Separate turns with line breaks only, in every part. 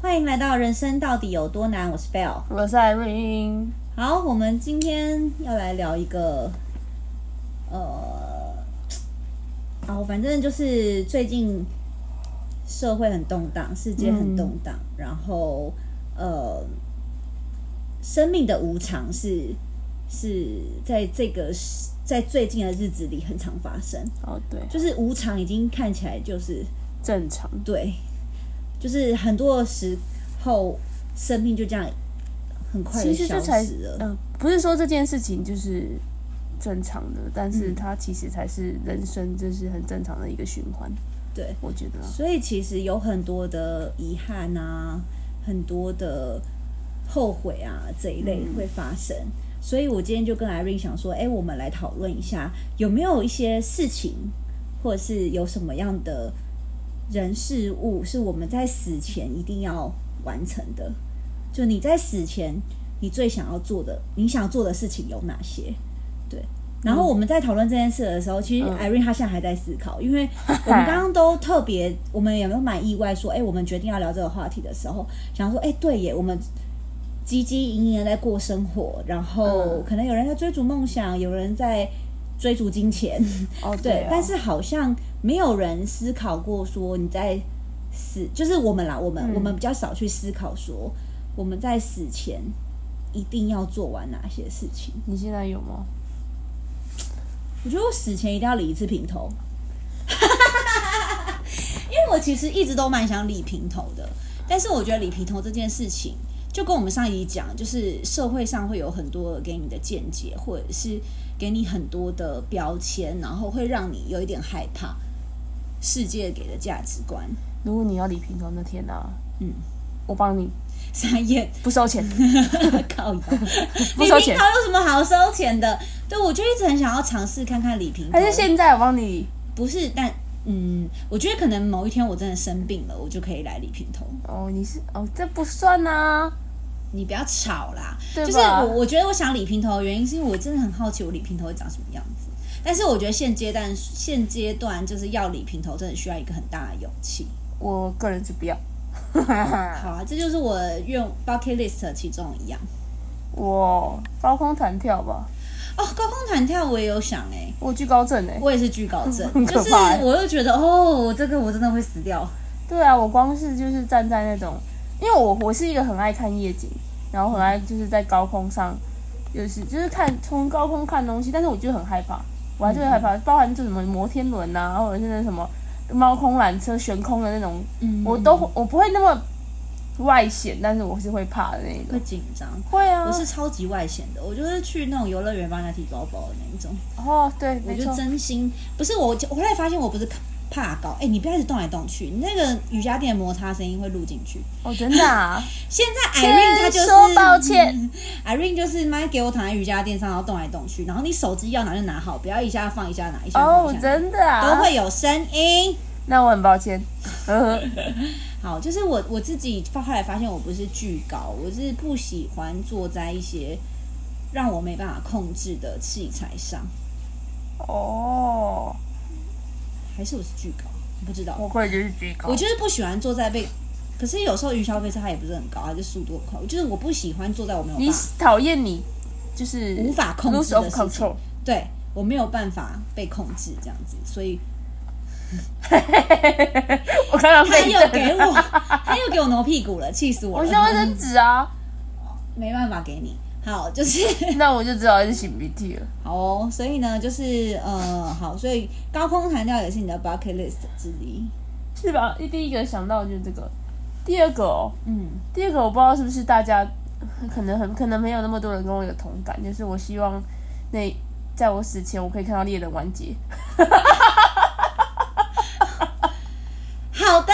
欢迎来到人生到底有多难？我是 Bell。
我是艾瑞英，
好，我们今天要来聊一个，呃，啊，反正就是最近社会很动荡，世界很动荡，然后呃，生命的无常是是在这个时在最近的日子里很常发生，
哦对，
就是无常已经看起来就是
正常，
对，就是很多时候生命就这样很快的
其实
消
这才
失了。
呃，不是说这件事情就是正常的，但是
嗯
它其实才是人生，这是很正常的一个循环，
对，
我觉得啊
所以其实有很多的遗憾啊，很多的后悔啊这一类会发生。所以我今天就跟 Irene 想说，哎、我们来讨论一下，有没有一些事情，或者是有什么样的人事物，是我们在死前一定要完成的？就你在死前，你最想要做的，你想做的事情有哪些？对。然后我们在讨论这件事的时候，其实
嗯
Irene 她现在还在思考，因 为我们刚刚都特别，我们也没有蛮意外说，哎、我们决定要聊这个话题的时候，想说，哎、对耶，我们汲汲营营的在过生活，然后
嗯
可能有人在追逐梦想，有人在追逐金钱，
哦
对，
啊
但是好像没有人思考过说你在死，就是我们啦，我们、
嗯
我们比较少去思考说我们在死前一定要做完哪些事情。
你现在有吗？
我觉得我死前一定要理一次平头， 因为我其实一直都蛮想理平头的，但是我觉得理平头这件事情，就跟我们上一集讲，就是社会上会有很多给你的见解，或者是给你很多的标签，然后会让你有一点害怕世界给的价值观。
如果你要理平头那天啊，
嗯，
我帮你，
傻眼，
不收 钱，
靠腰，
不
理
收
平
钱
头有什么好收钱的？对，我就一直很想要尝试看看理平头，
还是现在我帮你？
不是，但嗯，我觉得可能某一天我真的生病了，我就可以来理平头。
哦，你是哦，这不算啊，
你不要吵啦，
对吧
就是我我觉得我想理平头的原因，是因为我真的很好奇我理平头会长什么样子。但是我觉得现阶段现阶段就是要理平头，真的需要一个很大的勇气。
我个人是不要，
好啊，这就是我愿 bucket list 的其中一样。
我高空弹跳吧，
哦，高空弹跳我也有想哎、
我惧高症哎、
我也是惧高症，
很
就
可
是
怕欸
我又觉得哦，这个我真的会死掉。
对啊，我光是就是站在那种，因为我我是一个很爱看夜景，然后很爱就是在高空上，就是就是看从高空看东西，但是我就很害怕，我还是会害怕，包含就什么摩天轮呐、啊，或者是那什么猫空缆车悬空的那种，
嗯，
我都我不会那么外显，但是我是会怕的那
会
个。
紧张。
会啊，
嗯我是超级外显的，我就是去那种游乐园帮人家提包包的那一种。
哦，对，
我
没
就
错，
真心不是我，我后来发现我不是怕高，哎、你不要一直动来动去，你那个瑜伽垫摩擦声音会录进去。
哦，真的啊，
现在 Irene 她就是
说抱歉
Irene 就是妈给我躺在瑜伽垫上，然后动来动去，然后你手机要拿就拿好，不要一下放一下拿，一下放
哦
一，下拿，
真的啊，
都会有声音。
那哦我很抱歉，呃呵呵，
好，就是我我自己发后来发现我不是巨高，我是不喜欢坐在一些让我没办法控制的器材上，
哦，
还是我是巨高，不知道。
我个人就是惧高
我就是不喜欢坐在被，可是有时候云霄飞车它也不是很高，它啊就速度很快。我就是我不喜欢坐在我没有
你
办法，
讨厌你就是
无法控制
lose of
的事情
control，
对我没有办法被控制这样子，所 以
我刚刚
他
被
又
震
给
了
我， 他又给我挪屁股了，气死我
我
了！
需要卫生纸啊，
没办法给你。好，就是
那我就只好是擤鼻涕了。
好哦，所以呢，就是呃，好，所以高空弹跳也是你的 bucket list 之一。
是吧？第一个想到就是这个，第二个哦，
嗯
第二个我不知道是不是大家可能很可能没有那么多人跟我有同感，就是我希望那在我死前我可以看到猎人完结。
好的，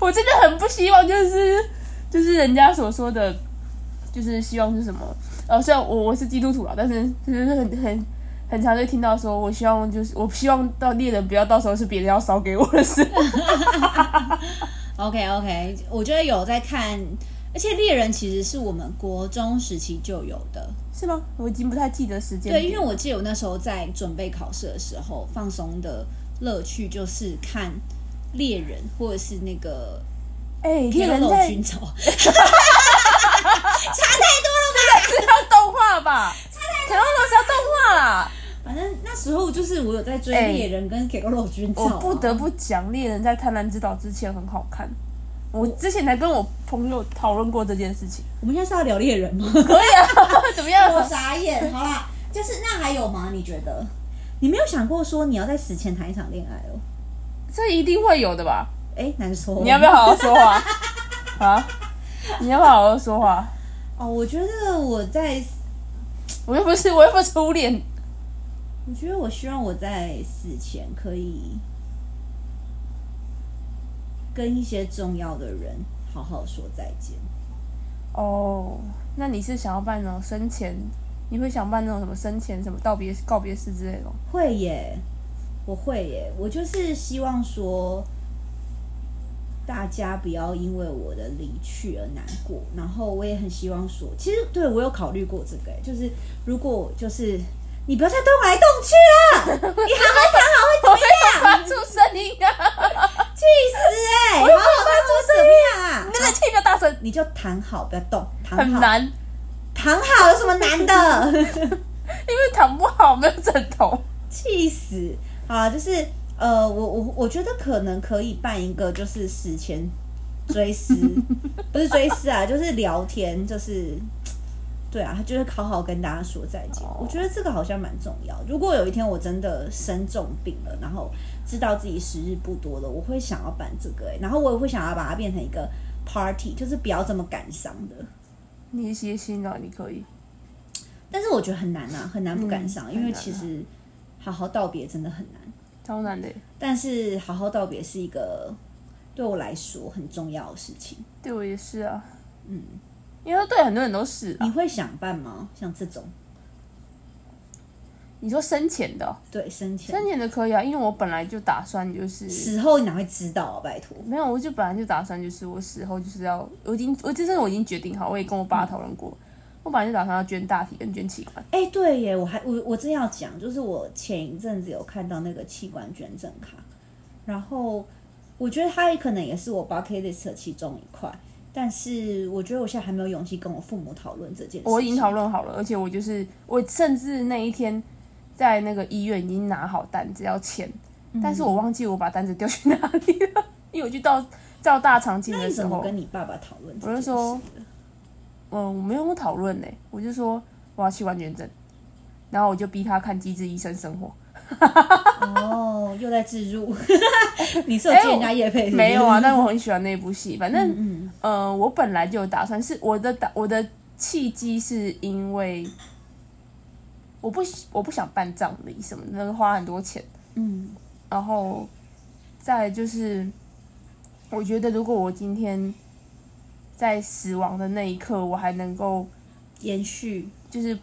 我真的很不希望，就是就是人家所说的，就是希望是什么？呃，虽然我我是基督徒啦，啊但是就是很很很常就听到说，我希望就是我希望到猎人不要到时候是别人要烧给我的事。
OK OK，我觉得有在看，而且猎人其实是我们国中时期就有的，
是吗？我已经不太记得时间。
对，因为我记得我那时候在准备考试的时候，放松的乐趣就是看猎人或者是那个
哎，猎
天
人
楼
在
寻
是
找，差太多了吧？
要动画 吧？可能都是要动画啊啦。
反正那时候就是我有在追
哎
猎人跟 k o r o 军
我
照、啊，
不得不讲，《猎人在贪婪之岛》之前很好看。我之前才跟我朋友讨论过这件事 情。
我们现在是要聊猎人吗？
可以啊，怎么样？
我傻眼，好啦，就是那还有吗？你觉得？你没有想过说你要在死前谈一场恋爱哦？
这一定会有的吧？
哎，难说。
你要不要？好好说话啊？你要不要好好说话？
哦，我觉得我在，
我又不是，我又不是初恋。
我觉得我希望我在死前可以跟一些重要的人好好说再见。
哦，那你是想要办那种生前？你会想办那种什么生前什么道别告别式之类的吗？
会耶，我会耶，我就是希望说，大家不要因为我的离去而难过。然后我也很希望说，其实对我有考虑过这个耶，就是如果就是你不要再动来动去了，你好好躺好哦会怎
我
么
没有
样？
发 出声音啊！
气死哎、好
我有
好躺好怎么样啊？
那个气比较大声，
你就躺好，不要动，躺
很
好，
难，
躺好有什么难的？
因为躺不好，没有枕头。
气死！啊，就是呃，我我我觉得可能可以办一个，就是死前追思，不是追思啊，就是聊天，就是对啊，就是好好跟大家说再见。
哦
我觉得这个好像蛮重要。如果有一天我真的生重病了，然后知道自己时日不多了，我会想要办这个、欸，然后我也会想要把它变成一个 party，就是不要这么感伤的。
你写信啊，你可以。
但是我觉得很难啊，很难不感伤，
嗯
因
很
为
难啊
其实好好道别真的很难。
超难的，
但是好好道别是一个对我来说很重要的事情。
对我也是啊，
嗯，
因为对很多人都是
你
啊。
会想办吗？像这种
你说生前的哦、
对生前
生前的可以啊，因为我本来就打算就是
死后你哪会知道啊？拜托，
没有，我就本来就打算就是我死后就是要，我已经我这是我已经决定好，我也跟我爸讨论过，我本来就打算要捐大体跟捐器官。
哎、对耶，我还我我真要讲，就是我前一阵子有看到那个器官捐赠卡，然后我觉得它也可能也是我 bucket list 的其中一块。但是我觉得我现在还没有勇气跟我父母讨论这件事情。
我已经讨论好了，而且我就是我甚至那一天在那个医院已经拿好单子要签，但是我忘记我把单子丢去哪里了， 因为我去到照大肠镜
那
的
你
时
怎么
候，
跟你爸爸讨论这
我
件
就
事？
说嗯，我没有跟我讨论呢，我就说我要器官捐赠，然后我就逼他看《机智医生生 活》。
哦，又在自入，你是有借人家叶配、是不是
没有啊，但我很喜欢那部戏。反正，
嗯
呃，我本来就有打算，是我的打我的契机是因为我不我不想办葬礼什么的，那个花很多钱。
嗯，
然后再来就是，我觉得如果我今天在死亡的那一刻，我还能够
延续
就是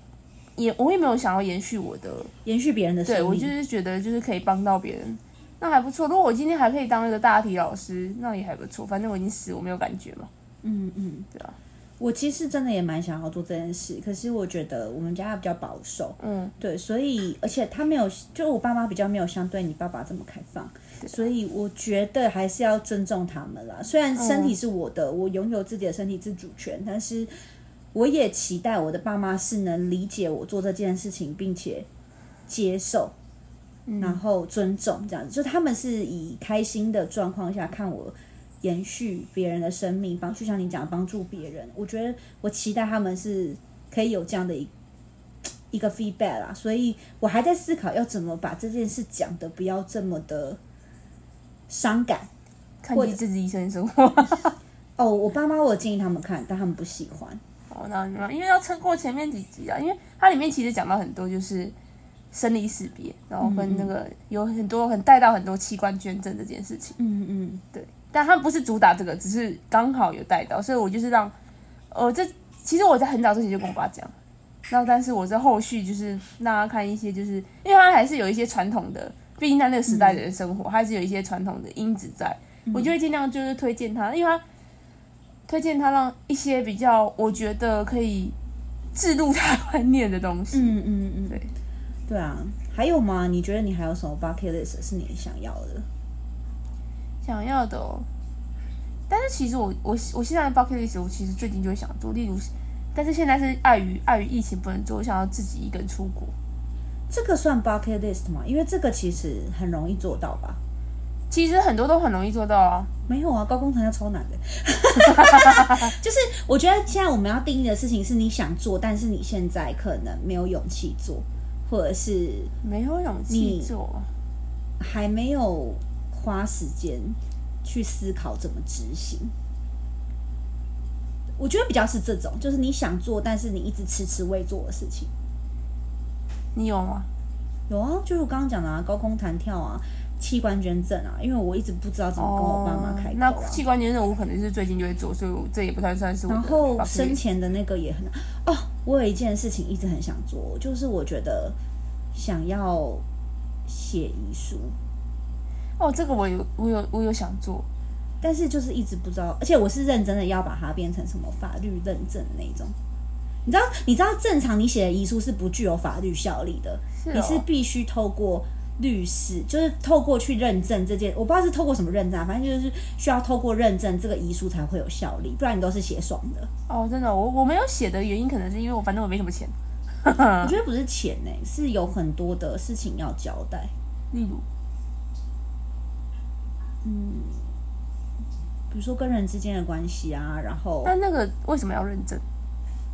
也我也没有想要延续我的，
延续别人的生
对
命，
我就是觉得就是可以帮到别人。那还不错，如果我今天还可以当一个大体老师，那也还不错。反正我已经死，我没有感觉嘛。
嗯嗯，
对啊。
我其实真的也蛮想要做这件事，可是我觉得我们家比较保守，
嗯，
对，所以而且他没有，就我爸妈比较没有像对你爸爸这么开放，所以我觉得还是要尊重他们啦。虽然身体是我的，我拥有自己的身体自主权，但是我也期待我的爸妈是能理解我做这件事情，并且接受。然后尊重这样子，就他们是以开心的状况下看我延续别人的生命，帮就像你讲帮助别人，我觉得我期待他们是可以有这样的一一个 feedback 啦，所以我还在思考要怎么把这件事讲的不要这么的伤感。
看
或
《
者
机智医生生活》
哦，我爸妈我有建议他们看，但他们不喜欢。
哦，那你们因为要撑过前面几集啊，因为它里面其实讲到很多就是生离死别，然后跟那个有很多很带到很多器官捐赠这件事情。
嗯嗯，
对，但他不是主打这个，只是刚好有带到，所以我就是让，呃，这其实我在很早之前就跟我爸讲，然后但是我在后续就是让他看一些，就是因为他还是有一些传统的，毕竟在那个时代的人生活，他还是有一些传统的因子在，我就会尽量就是推荐他，因为他推荐他让一些比较我觉得可以置入他观念的东西，
嗯嗯嗯，
对，
对啊。还有吗？你觉得你还有什么 bucket list 是你想要的？
想要的、哦。但是其实我我我现在的 bucket list 我其实最近就会想做，例如是，但是现在是碍于碍于疫情不能做，我想要自己一个人出国。
这个算 bucket list 吗？因为这个其实很容易做到吧？
其实很多都很容易做到啊，
没有啊，高空弹跳超难的。就是我觉得现在我们要定义的事情是你想做，但是你现在可能没有勇气做，或者是
没有勇气
你
做。啊
还没有花时间去思考怎么执行。我觉得比较是这种，就是你想做，但是你一直迟迟未做的事情。
你有吗？
有啊，就是我刚刚讲的啊，高空弹跳啊，器官捐赠啊，因为我一直不知道怎么跟我爸妈开口、啊
哦那器官捐赠我可能是最近就会做，所以我这也不太算是我的
然后
bucket
生
list
前的那个也很难哦。我有一件事情一直很想做，就是我觉得想要写遗书，
哦，这个我有我有我有想做，
但是就是一直不知道，而且我是认真的要把它变成什么法律认证的那种。你知道，你知道正常你写的遗书是不具有法律效力的，
是哦
你是必须透过律师，就是透过去认证这件，我不知道是透过什么认证、啊，反正就是需要透过认证这个遗书才会有效力，不然你都是写爽的。
哦，真的，我我没有写的原因可能是因为我反正我没什么钱，
我觉得不是钱呢、是有很多的事情要交代。
例如
比如说跟人之间的关系啊，然后
但那个为什么要认证？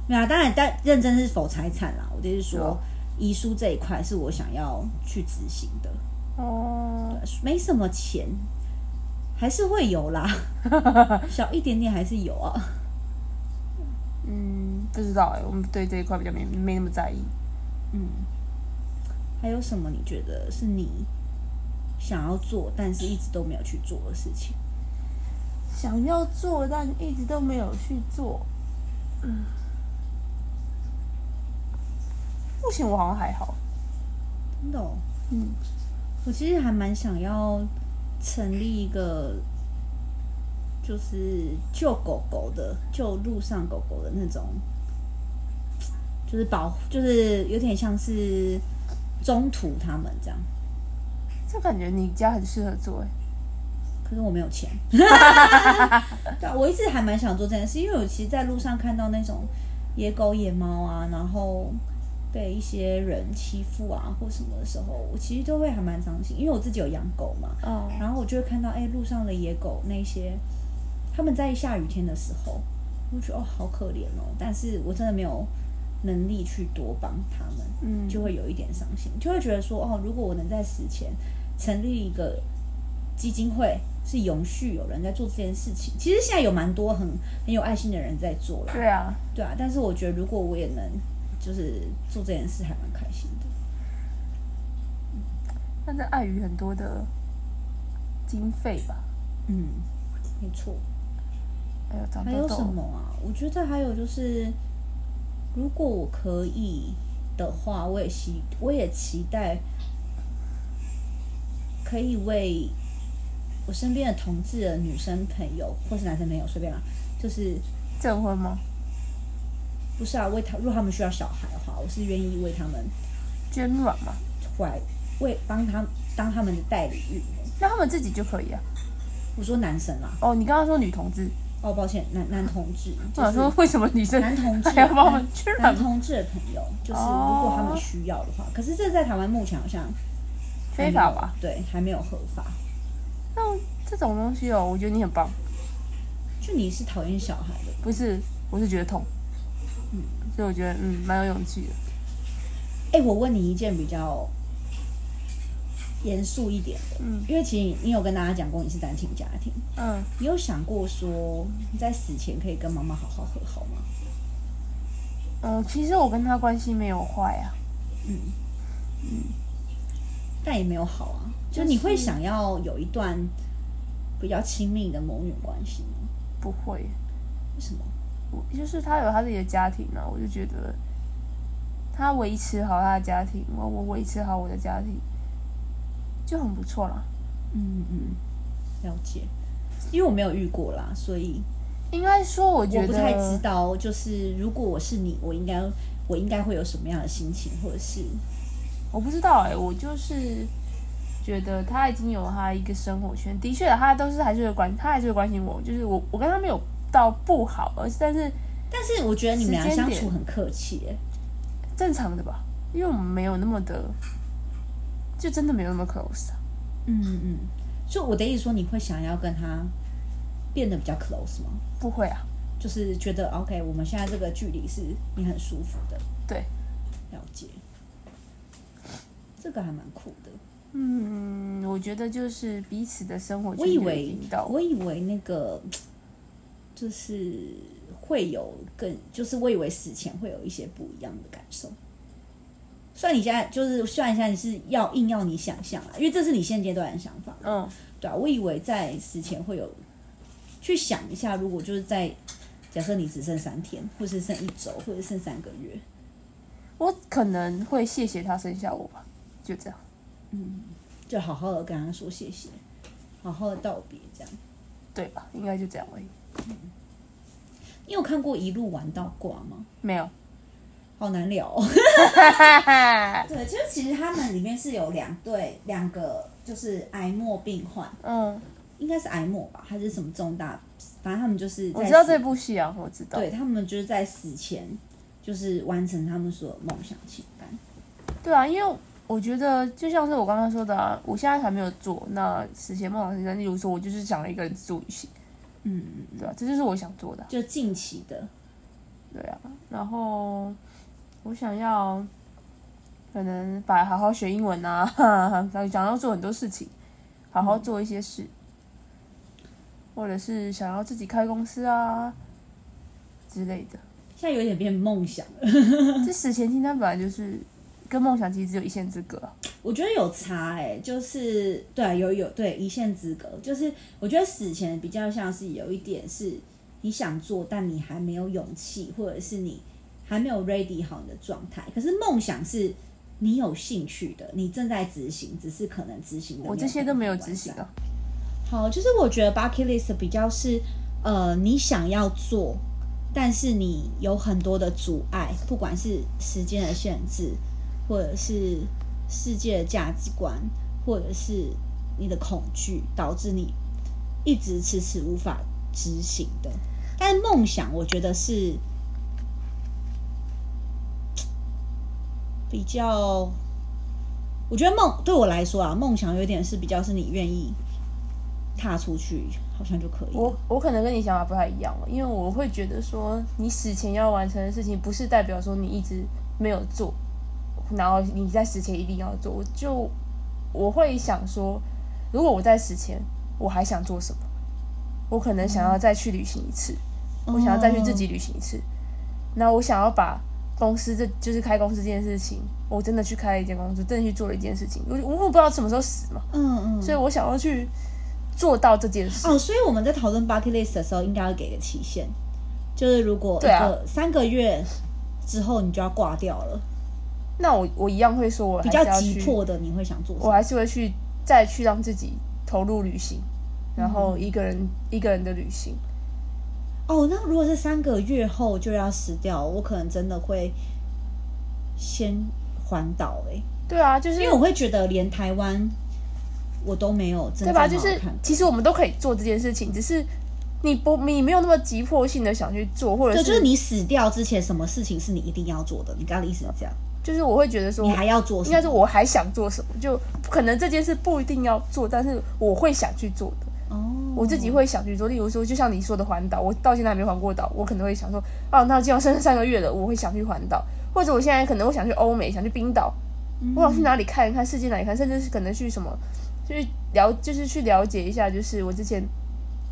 没有啊，当然，但认真是否财产啦，我就是
是
说
哦
遗书这一块是我想要去执行的，
哦，
没什么钱，还是会有啦，小一点点还是有啊。
嗯，不知道哎、我们对这一块比较没没那么在意。
嗯还有什么你觉得是你想要做，但是一直都没有去做的事情？
想要做，但一直都没有去做。嗯，目前我好像还好。
真的、哦，
嗯，
我其实还蛮想要成立一个，就是救狗狗的、救路上狗狗的那种，就是保，就是有点像是中途他们这样。
这感觉你家很适合做哎、
可是我没有钱，对啊，我一直还蛮想做这件事，因为我其实在路上看到那种野狗、野猫啊，然后被一些人欺负啊或什么的时候，我其实都会还蛮伤心，因为我自己有养狗嘛，
哦，
然后我就会看到，哎、路上的野狗那些，他们在下雨天的时候，我就觉得哦，好可怜哦。但是我真的没有能力去多帮他们，
嗯，
就会有一点伤心，就会觉得说，哦，如果我能在死前成立一个基金会，是永续有人在做这件事情。其实现在有蛮多很很有爱心的人在做啦，
对啊，
对啊。但是我觉得如果我也能就是做这件事，还蛮开心的。
但是碍于很多的经费吧。
嗯，没错。
哎呦，长
还
痘
有什
痘。
么啊？我觉得还有就是，如果我可以的话，我也希我也期待可以为我身边的同志的女生朋友或是男生朋友随便啦，就是
证婚吗？
不是啊，为他如果他们需要小孩的话，我是愿意为他们
捐卵吗？
怀为帮他当他们的代理孕母。
那他们自己就可以啊。
我说男生啦，
哦，你刚刚说女同志，
哦，抱歉，男男同志，
我
就
想
是
说为什么女生
男同志
还 要帮我们捐
男
卵？
同志的朋友，就是如果他
哦
们需要的话，可是这在台湾目前好像还没
非
有
法吧？，
对，还没有合法。
那这种东西哦，我觉得你很棒。
就你是讨厌小孩的，
不是，我是觉得痛。嗯，所以我觉得嗯蛮有勇气的。
哎、我问你一件比较严肃一点的，
嗯
因为其实你有跟大家讲过你是单亲家庭，
嗯，
你有想过说你在死前可以跟妈妈好好和好吗？
呃，其实我跟他关系没有坏啊。
嗯但也没有好啊，就
就是
你会想要有一段比较亲密的母女关系吗？
不会，
为什么？
我就是他有他自己的家庭啊，我就觉得他维持好他的家庭，我我维持好我的家庭，就很不错啦。
嗯嗯，了解，因为我没有遇过啦，所以。
应该说，我觉
我
得
不太知道，就是如果我是你，我应该我应该会有什么样的心情，或者是
欸我不知道哎、我就是觉得他已经有他一个生活圈，的确他都是还是会关，他还是会关心我，就是我我跟他没有到不好，而是但是
但是我觉得你们俩
时间
相
点
处很客气、欸，
正常的吧，因为我们没有那么的，就真的没有那么 close 啊。
嗯嗯，就我的意思说，你会想要跟他变得比较 close 吗？
不会啊，
就是觉得 OK，我们现在这个距离是你很舒服的，
对，
了解，这个还蛮酷的。
嗯，我觉得就是彼此的生活
我
圈
以
就已
为
经到，
我以为那个就是会有更，就是我以为死前会有一些不一样的感受。虽然你现在就是，虽然现在你是要硬要你想象啊，因为这是你现阶段的想法，
嗯，
对啊，我以为在死前会有去想一下，如果就是在假设你只剩三天，或是剩一周，或者剩三个月，
我可能会谢谢他生下我吧，就这样。
就好好的跟他说谢谢，好好的道别这样。
对吧？应该就这样而已。
你有看过《一路玩到挂》吗？
没有，
好难聊、哦。对，就是其实他们里面是有两对两个就是癌末病患，
嗯，
应该是癌末吧，还是什么重大，反正他们就是在
我知道
死
这部戏啊，我知道。
对他们就是在死前就是完成他们所有梦想清单。
对啊，因为我觉得就像是我刚刚说的啊，我现在还没有做，那实现梦想清单，例如说，我就是想了一个人自助旅行，
嗯，
对啊，这就是我想做的啊，
就近期的，
对啊。然后我想要可能把好好学英文啊， 想要做很多事情，好好做一些事，或者是想要自己开公司啊之类的。
现在有点变梦想了。
这死前清单本来就是跟梦想其实只有一线之隔啊、
我觉得有差哎、就是对啊、有有对一线之隔，就是我觉得死前比较像是有一点是你想做，但你还没有勇气，或者是你还没有 ready 好你的状态。可是梦想是你有兴趣的，你正在执行，只是可能执行的
我这些都没有执行啊。
好，就是我觉得 bucket list 比较是，呃，你想要做，但是你有很多的阻碍，不管是时间的限制，或者是世界的价值观，或者是你的恐惧，导致你一直迟迟无法执行的。但是梦想，我觉得是比较，我觉得梦对我来说啊，梦想有点是比较是你愿意踏出去，好像就可以了。
我我可能跟你想法不太一样哦，因为我会觉得说，你死前要完成的事情，不是代表说你一直没有做，然后你在死前一定要做。我就我会想说，如果我在死前，我还想做什么？我可能想要再去旅行一次，我想要再去自己旅行一次。那我想要把公司这就是开公司这件事情，我真的去开了一间公司，真的去做了一件事情。我我不知道什么时候死嘛，
嗯嗯，
所以我想要去做到这件事。
哦，所以我们在讨论 bucket list 的时候，应该要给个期限，就是如果一
对啊
个、三个月之后你就要挂掉了，
那我我一样会说，我还
比
是
较
要
急
去，
迫的，你会想做什
我
么？
还是会去再去让自己投入旅行，然
嗯
后一个人、一个人的旅行。
哦，那如果是三个月后就要死掉，我可能真的会先环岛哎、
对啊，就是
因为我会觉得连台湾我都没有真
对
正
吧？
好
就
好
是
看。
其实我们都可以做这件事情，只是你不你没有那么急迫性的想去做，或者
对，
是
就是你死掉之前，什么事情是你一定要做的？你刚刚的意思是这样，
就是我会觉得说
你，还要做什
应
么？
该是我还想做什么，就可能这件事不一定要做，但是我会想去做的。
哦，
我自己会想去做，例如说，就像你说的环岛，我到现在还没环过岛，我可能会想说，啊，那既然剩三个月了，我会想去环岛，或者我现在可能会想去欧美，想去冰岛，
嗯
我想去哪里看一看，世界哪里看，甚至是可能去什么，就是了，就是去了解一下，就是我之前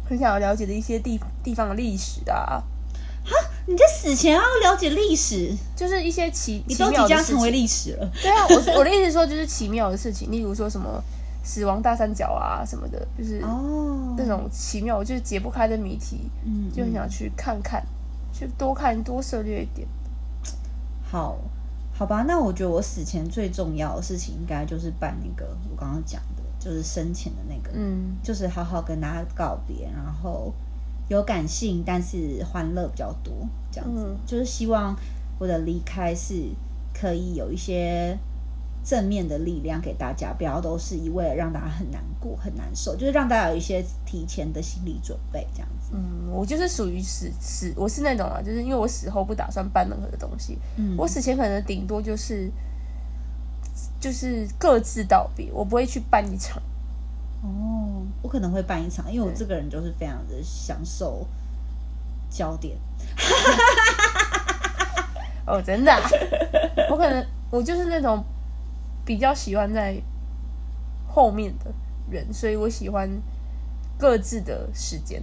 很想要了解的一些地地方的历史啊，
嗯你在死前要了解历史，
就是一些奇
你
奇
都
妙
即
的
将
事
成为
情。
历史了。
对啊，我我的意思说就是奇妙的事情，例如说什么死亡大三角啊什么的，就是
哦，
那种奇妙，就是解不开的谜题。
嗯，
就很想去看看，去多看多涉猎一点。
好，好吧，那我觉得我死前最重要的事情，应该就是办那个我刚刚讲的，就是生前的那个，
嗯，
就是好好跟大家告别，然后有感性，但是欢乐比较多，这样子，
嗯
就是希望我的离开是可以有一些正面的力量给大家，不要都是一味地让大家很难过、很难受，就是让大家有一些提前的心理准备，这样子。
嗯，我就是属于死死，我是那种啊，就是因为我死后不打算办任何的东西，
嗯，
我死前可能顶多就是就是各自道别，我不会去办一场。
哦，我可能会办一场，因为我
对
这个人就是非常的享受焦点。
哦，真的啊、我可能我就是那种比较喜欢在后面的人，所以我喜欢各自的时间。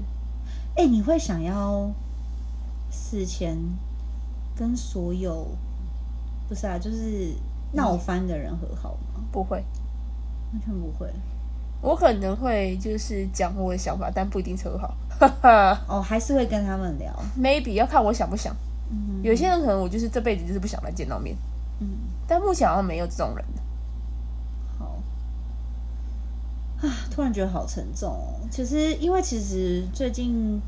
哎、你会想要死前跟所有不是啊，就是闹翻的人和好吗？
不会，
完全不会。
我可能会就是讲我的想法，但不一定是很好。哈哈
哦，还是会跟他们聊。
，maybe 要看我想不想。
嗯
有些人可能我就是这辈子就是不想来见到面，
嗯。
但目前好像没有这种人。
好啊，突然觉得好沉重哦。其实，因为其实最近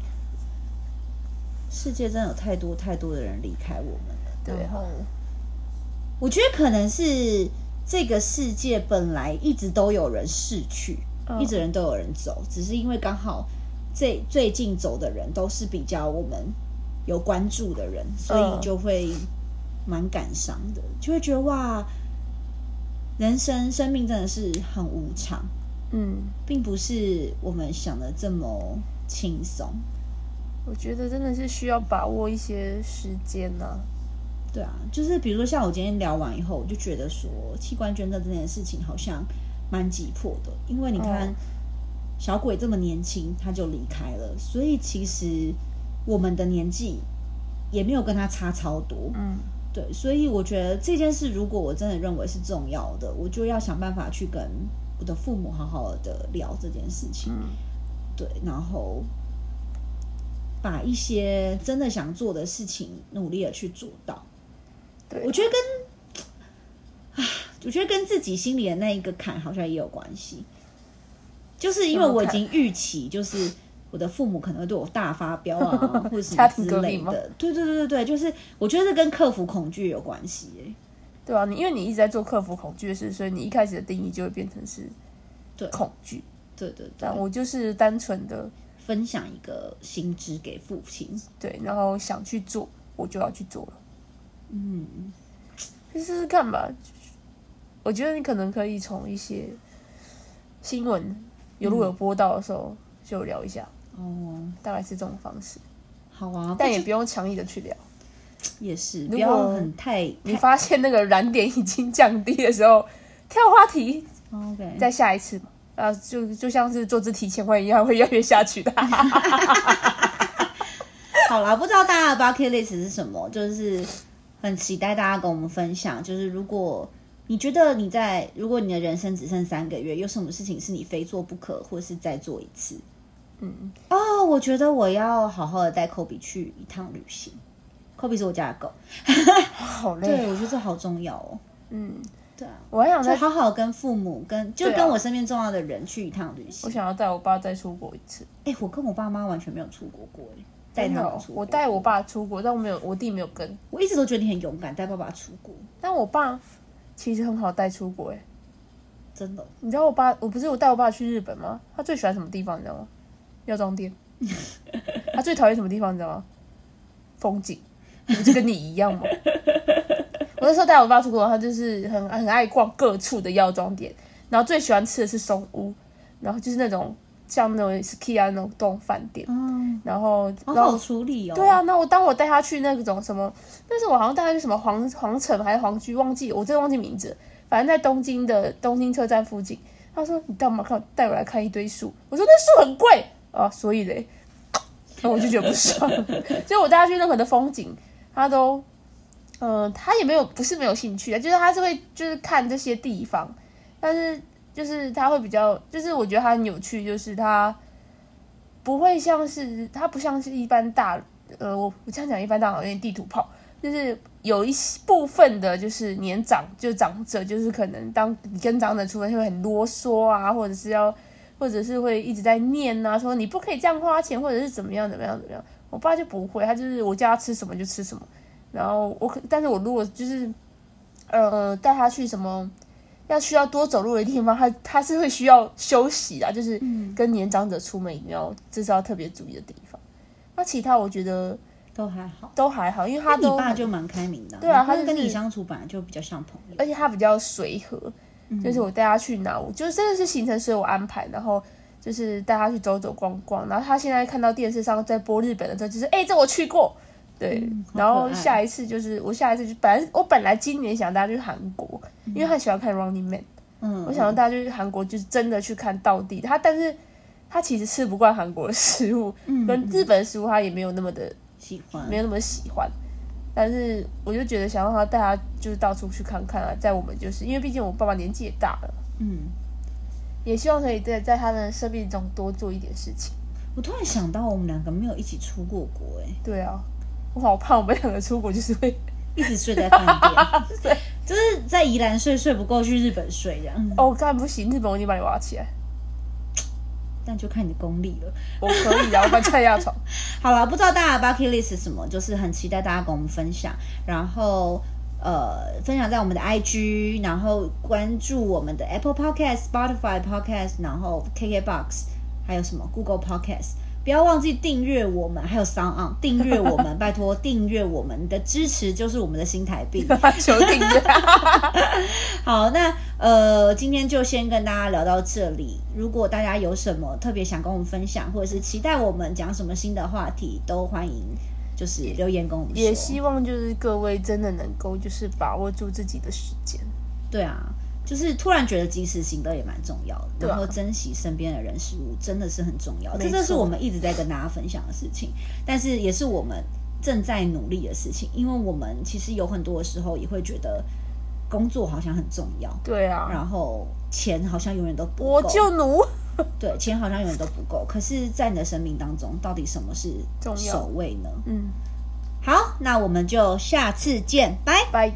世界真的有太多太多的人离开我们了。
对
然
啊
后我觉得可能是这个世界本来一直都有人逝去，
嗯
一直人都有人走，只是因为刚好最最近走的人都是比较我们有关注的人，所
嗯
以就会蛮感伤的，就会觉得哇，人生生命真的是很无常，
嗯，
并不是我们想的这么轻松。
我觉得真的是需要把握一些时间呐、
对啊，就是比如说像我今天聊完以后，我就觉得说器官捐赠这件事情好像蛮急迫的，因为你看、
嗯
小鬼这么年轻他就离开了，所以其实我们的年纪也没有跟他差超多。
嗯，
对，所以我觉得这件事，如果我真的认为是重要的，我就要想办法去跟我的父母好好的聊这件事情。
嗯
对，然后把一些真的想做的事情努力的去做到。
对，
我觉得跟，唉我觉得跟自己心里的那一个坎好像也有关系，就是因为我已经预期，就是我的父母可能会对我大发飙 啊，或者什么
家庭
之
革
类
命吗
的。对对对对对，就是我觉得这跟克服恐惧有关系、欸。
对啊，你因为你一直在做克服恐惧的事，所以你一开始的定义就会变成是
对
恐惧。
对对对
但，我就是单纯的
分享一个薪资给父亲，
对，然后想去做，我就要去做了，
嗯，
去试试看吧。我觉得你可能可以从一些新闻有如果
嗯
有播到的时候就聊一下，
哦，
大概是这种方式，
好啊，
但也
不
不用强硬的去聊。
知也是
果
不要很太
你发现那个燃点已经降低的时候，跳话题，
OK，
再下一次嘛。啊，就就像是做肢体前弯一样，会越来越下去的。
好啦，不知道大家的 bucket list 是什么，就是很期待大家跟我们分享。就是如果你觉得你在，如果你的人生只剩三个月，有什么事情是你非做不可，或是再做一次？
嗯，
哦，我觉得我要好好的带 Kobe 去一趟旅行。Kobe 是我家的狗，
好累
对
啊。
我觉得这好重要哦。
嗯，
对啊，
我还想
就
再，
好好跟父母、跟就
对啊
跟我身边重要的人去一趟旅
我
行。
想要带我爸再出国一次。
哎、我跟我爸妈完全没有出国过，哎，带
真
他
的
们
哦，
出国。
我带我，爸出国，但我没有，我弟没有跟。
我一直都觉得你很勇敢，带爸爸出国，
但我爸其实很好带出国哎。
真的哦。
你知道我爸，我不是我带我爸去日本吗？他最喜欢什么地方，你知道吗？药妆店。他最讨厌什么地方，你知道吗？风景。你不就跟你一样吗？我那时候带我爸出国，他就是很很爱逛各处的药妆店，然后最喜欢吃的是松屋，然后就是那种像那种 skia 那种洞饭店，
嗯，
然后
好
然后
好处理哦。
对啊，，那我当我带他去那种什么，那时候我好像带他去什么皇皇城还是皇居，忘记了我真的忘记名字了。反正在东京的东京车站附近，他说你干嘛看带我来看一堆树？我说那树很贵啊，所以嘞， 然后我就觉得不爽。 所以我带他去任何的风景，他都，嗯、他也没有不是没有兴趣啊，就是他是会就是看这些地方，但是就是他会比较，就是我觉得他很有趣，就是他不会像是他不像是一般大呃，我我这样讲一般大好像有点地图炮，就是有一些部分的，就是年长就长者，就是可能当你跟长者出门会很啰嗦啊，或者是要，或者是会一直在念啊，说你不可以这样花钱，或者是怎么样怎么样怎么样。我爸就不会，他就是我叫他吃什么就吃什么，然后我可，但是我如果就是，呃，带他去什么要需要多走路的地方，它它是会需要休息啊，就是
嗯
跟年长者出门一定要这是要特别注意的地方。那其他我觉得
都还好。
都还好，因为他
那你
都
爸就蛮开明的，
对啊
你爸
他就是哎
跟你相处本来就比较像朋友。
而且他比较随和，
嗯
就是我带他去哪，我就是真的是行程随我安排，然后就是带他去走走逛逛，然后他现在看到电视上在播日本的时候，就是哎、这我去过，对，
嗯好
然后
可爱
下一次就是我下一次就本来我本来今年想带他去韩国，因为他喜欢看 Running Man，
嗯，
我想要带他去韩国，就是真的去看道地，他但是。他其实吃不惯韩国的食物，
嗯
跟日本的食物他也没有那么的
喜欢
没有那么喜欢，但是我就觉得想让他带他就是到处去看看啊，在我们就是因为毕竟我爸爸年纪也大了，
嗯，
也希望可以在在他的生命中多做一点事情。
我突然想到，我们两个没有一起出过国、哎，
对啊，我好怕我们两个出国就是会
一直睡在饭店，就是在宜兰睡睡不够，去日本睡这样， 嗯
哦，干不行，日本我已经把你挖起来，
但就看你的功力了。
我可以啊，我把你踹下床。
好了，不知道大家的 bucket list 是什么，就是很期待大家跟我们分享，然后呃，分享在我们的 IG，然后关注我们的 Apple Podcast、Spotify Podcast，然后 KKBox，还有什么 Google Podcast。不要忘记订阅我们，还有 Sound On 订阅我们， 拜托订阅我们你的支持就是我们的新台币。
求啊订阅，
好，那呃，今天就先跟大家聊到这里。如果大家有什么特别想跟我们分享，或者是期待我们讲什么新的话题，都欢迎就是留言跟我们说。
也希望就是各位真的能够就是把握住自己的时间。
对啊，就是突然觉得及时行乐也蛮重要的，
对啊
然后珍惜身边的人事物真的是很重要。
没
这
错
就是我们一直在跟大家分享的事情，但是也是我们正在努力的事情，因为我们其实有很多的时候也会觉得工作好像很重要，
对啊，
然后钱好像永远都不够。
我就奴。
对，钱好像永远都不够。可是，在你的生命当中，到底什么是
重要
首位呢？
嗯，
好，那我们就下次见，拜。
拜。